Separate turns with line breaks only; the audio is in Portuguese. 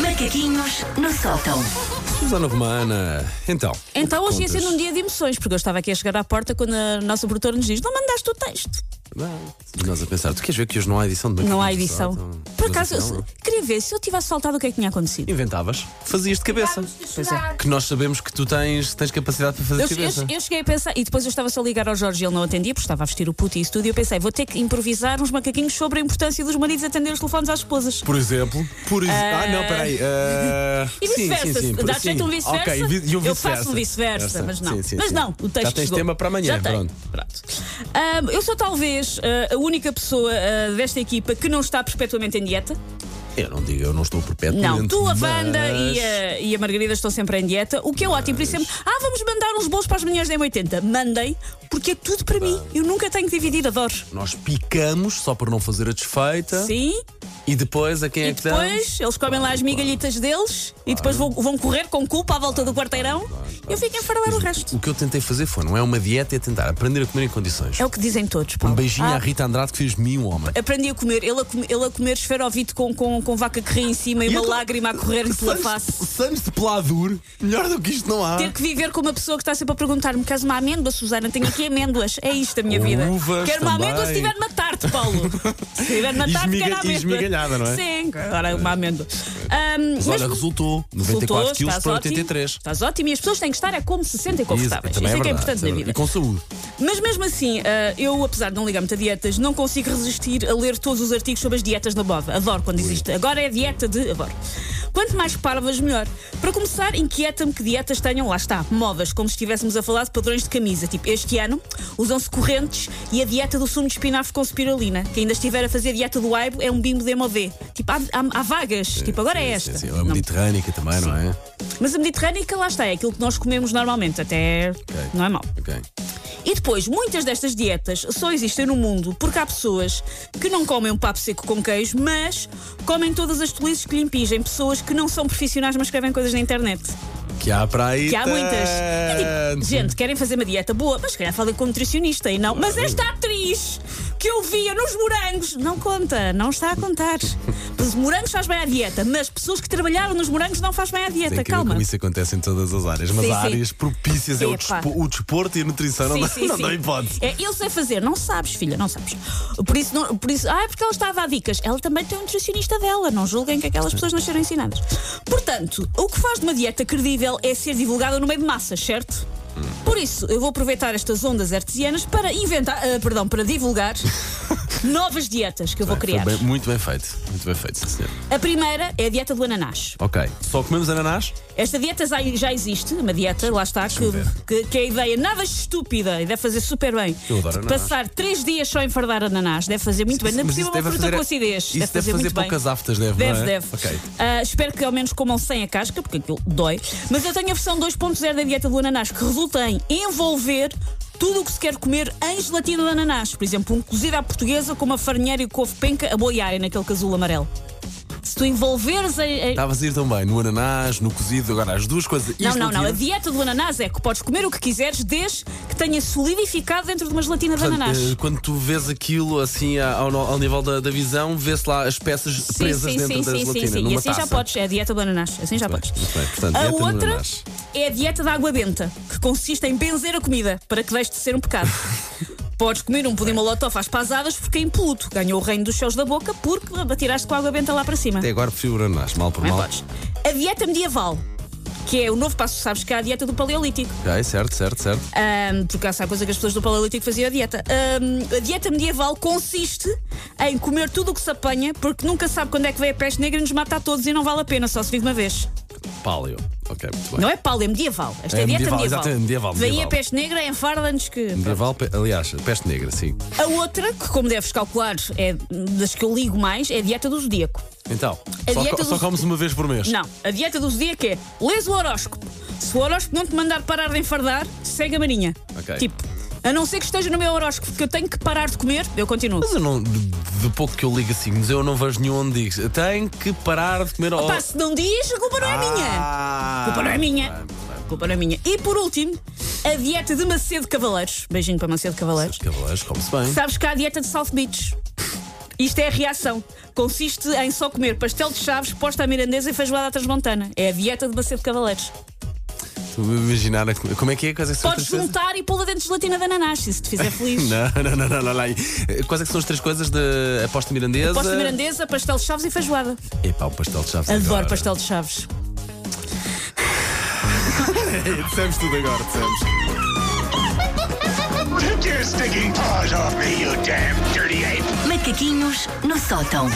Macaquinhos no sótão.
Susana Romana, então.
Então
o que
hoje ia ser
contas?
num dia de emoções, porque eu estava aqui a chegar à porta quando a nossa produtora nos diz: Não mandaste o texto.
Não, e nós a pensar, tu queres ver que hoje não há edição de
Não há
Macaquinhos no
edição.
Sótão?
Por
Mas
acaso,
afinal,
eu- queria ver se eu tivesse faltado o que é que tinha acontecido.
Inventavas, fazias de cabeça. Que nós sabemos que tu tens, tens capacidade para fazer
Eu,
de cabeça.
eu- eu cheguei a pensar, e depois eu estava só a ligar ao Jorge e ele não atendia, porque estava a vestir o puto e isso tudo, e eu pensei, vou ter que improvisar uns macaquinhos sobre a importância dos maridos atender os telefones às esposas.
Por exemplo, por exemplo. Ah, não, peraí. ah,
E vice-versa.
por-
Dá jeito um vice-versa?
Ok, vi- e um
eu
vice-versa.
faço um vice-versa,
Essa,
mas não.
sim, sim,
mas
sim.
não, o texto
Já tens
chegou.
tema para amanhã,
Já tenho.
pronto.
Ahm, eu sou talvez ah, a única pessoa ah, desta equipa que não está perpetuamente em dieta.
Eu não digo, eu não estou perpétuo.
Não, tu, a
mas-
Wanda e, a, e a Margarida estão sempre em dieta, o que é ótimo. Por isso, sempre, ah, vamos mandar uns bolos para as manhãs da M80. Mandem, porque é tudo para mim. Eu nunca tenho que dividir, adoro.
Nós picamos só por não fazer a desfeita.
Sim,
E depois a quem
e
é que damos?
depois eles comem lá as migalhitas deles e depois vão, vão correr com culpa à volta do quarteirão. Eu fico a enfardar o resto.
O que eu tentei fazer foi, não é uma dieta, é tentar aprender a comer em condições.
É o que dizem todos, Paulo.
Um beijinho
Ah, É,
à Rita Andrade que fez de mim um homem.
Aprendi a comer, ele a, come- ele a comer esferovite com, com, com vaca que ri em cima e uma
eu-
lágrima a correr-lhe pela face.
Santos então, de Pladur, melhor do que isto não há.
Ter que viver com uma pessoa que está sempre a perguntar-me: queres uma amêndoa, Susana? Tenho aqui amêndoas. É isto a minha
Ou
vida.
uvas
quero uma
também.
amêndoa se tiver de matar-te, Paulo. se tiver de matar-te,
Esmiga-
quero a amêndoa.
e esmigalhada, não é?
Sim, agora uma amêndoa. Ahm,
Mas olha, resultou. 94
resultou,
quilos
estás
para
ótimo.
83.
Estás ótimo e as pessoas têm que estar é como se sentem confortáveis. Isso,
também
é que
verdade,
é importante
isso é
na
verdade.
vida.
E com saúde.
Mas mesmo assim, ah, eu, apesar de não ligar muito a dietas, não consigo resistir a ler todos os artigos sobre as dietas da moda. Adoro quando existe. Agora é a dieta de. Adoro. Quanto mais parvas, melhor. Para começar, inquieta-me que dietas tenham, lá está, modas, como se estivéssemos a falar de padrões de camisa. Tipo, este ano usam-se correntes e a dieta do sumo de espinafre com spirulina. Quem ainda estiver a fazer a dieta do aibo é um bimbo de MOV. Tipo, há, há- há vagas. tipo, agora é
Sim,
esta.
sim,
Não-
A mediterrânica também, não é?
Mas a mediterrânica, lá está, é aquilo que nós comemos normalmente. Até não é mau.
Ok.
E depois, muitas destas dietas só existem no mundo porque há pessoas que não comem um papo seco com queijo, mas comem todas as tolices que lhe impingem. Pessoas que não são profissionais, mas escrevem coisas na internet.
Que há para aí.
Que há muitas. É tipo, Eu digo,
tanto.
gente, querem fazer uma dieta boa, mas se calhar falem com um nutricionista e não. Mas esta atriz que eu via nos morangos, não conta, não está a contar. Os morangos faz bem à dieta, mas pessoas que trabalharam nos morangos não faz bem à
É
dieta.
incrível
Calma.
como isso acontece em todas as áreas, mas
Sim,
há
sim.
áreas propícias é o,
Epá.
despo- o desporto e a nutrição, não,
Sim,
dá,
sim,
não
sim.
dá hipótese.
É, eu sei fazer, não sabes, filha, não sabes. Por isso, não, por isso, ah, é porque ela está a dar dicas. Ela também tem um nutricionista dela, não julguem que aquelas pessoas nasceram ensinadas. Portanto, o que faz de uma dieta credível é ser divulgada no meio de massas, certo? Por isso, eu vou aproveitar estas ondas artesianas para inventar, ah, perdão, para divulgar novas dietas que eu vou
Foi
criar.
bem- muito bem feito, muito bem feito, sim, senhor.
A primeira é a dieta do ananás.
Ok, só comemos ananás?
Esta dieta já- já existe, uma dieta, lá está, que,
ver.
que, que é a ideia nada estúpida e deve fazer super bem.
Eu adoro
De
ananás.
Passar três dias só a enfardar ananás deve fazer muito bem. Não é
Mas
possível
isso
uma
deve
fruta
fazer-
com acidez.
Isso deve fazer
muito bem.
poucas aftas, deve,
Deve,
não é?
deve.
Ok.
Ah, espero que ao menos comam sem a casca, porque aquilo dói. Mas eu tenho a versão 2.0 da dieta do ananás, que resulta em envolver tudo o que se quer comer em gelatina de ananás. Por exemplo, um cozido à portuguesa com uma farinheira e couve penca a boiarem naquele casulo amarelo. Se tu envolveres em- em,
Estavas a ir também no ananás, no cozido, agora as duas coisas.
não,
isto
não, não. A
tira.
dieta do ananás é que podes comer o que quiseres desde que tenha solidificado dentro de uma gelatina de
Portanto,
ananás.
eh, Quando tu vês aquilo assim a- ao, no- ao nível da, da visão, vê-se lá as peças presas dentro da gelatina.
E
numa
assim já
taça.
podes. É a dieta do ananás. Assim já
Muito
podes.
bem, muito bem. Portanto,
a
dieta do
outra
ananás.
é a dieta da água benta, que consiste em benzer a comida para que deixe de ser um pecado. Podes comer um pudim molotov às pasadas porque é impoluto. Ganhou o reino dos céus da boca porque atiraste com a água benta lá para cima.
Até agora prefiro o ananás, mal por
Não é?
mal.
Podes. A dieta medieval, que é o novo passo, sabes que é a dieta do paleolítico.
Ok, certo, certo, certo.
Ahm, porque essa é a coisa que as pessoas do Paleolítico faziam a dieta. Ahm, a dieta medieval consiste em comer tudo o que se apanha, porque nunca sabe quando é que vem a peste negra e nos mata a todos e não vale a pena, só se vive uma vez.
Paleo. Ok, muito bem.
Não é paleo, é medieval. Esta é,
É
a dieta
medieval,
medieval.
exatamente, medieval,
Vem
medieval.
a peste negra, enfarda-nos que.
Medieval, pe- aliás, peste negra, sim.
A outra, que como deves calcular, é das que eu ligo mais, é a dieta do zodíaco.
Então,
A
só,
dieta
co-
do-
só comes uma vez por mês.
Não, a dieta do zodíaco é lês o horóscopo. Se o horóscopo não te mandar parar de enfardar, segue a marinha.
Ok.
Tipo, a não ser que esteja no meu horóscopo que eu tenho que parar de comer, eu continuo.
Mas eu não, de, de pouco que eu ligo a signos, eu não vejo nenhum onde diz tem que parar de comer
Pá, se não diz, a culpa
Ah.
não é minha. A culpa não é minha. A culpa não é minha. E por último, a dieta de Macedo Cavaleiros. Beijinho para Macedo Cavaleiros.
Cavaleiros, come-se bem.
Sabes que há a dieta de South Beach. Isto é a reação. Consiste em só comer pastel de chaves, posta à mirandesa e feijoada à transmontana. É a dieta de Macedo Cavaleiros.
Estou a imaginar a comer- como é que é a coisa que são as
Podes
três coisas?
juntar e pô-la dentro de gelatina de ananás, se te fizer feliz.
Não, não, não, não, não, não. Eh, Quais é que são as três coisas da aposta mirandesa?
Posta mirandesa, pastel de chaves e feijoada.
Epá, o pastel de chaves.
Adoro
agora.
pastel de chaves.
Dissemos tudo agora, dissemos.
Take your stinking paws off me, you damn dirty ape!
Macaquinhos no sótão.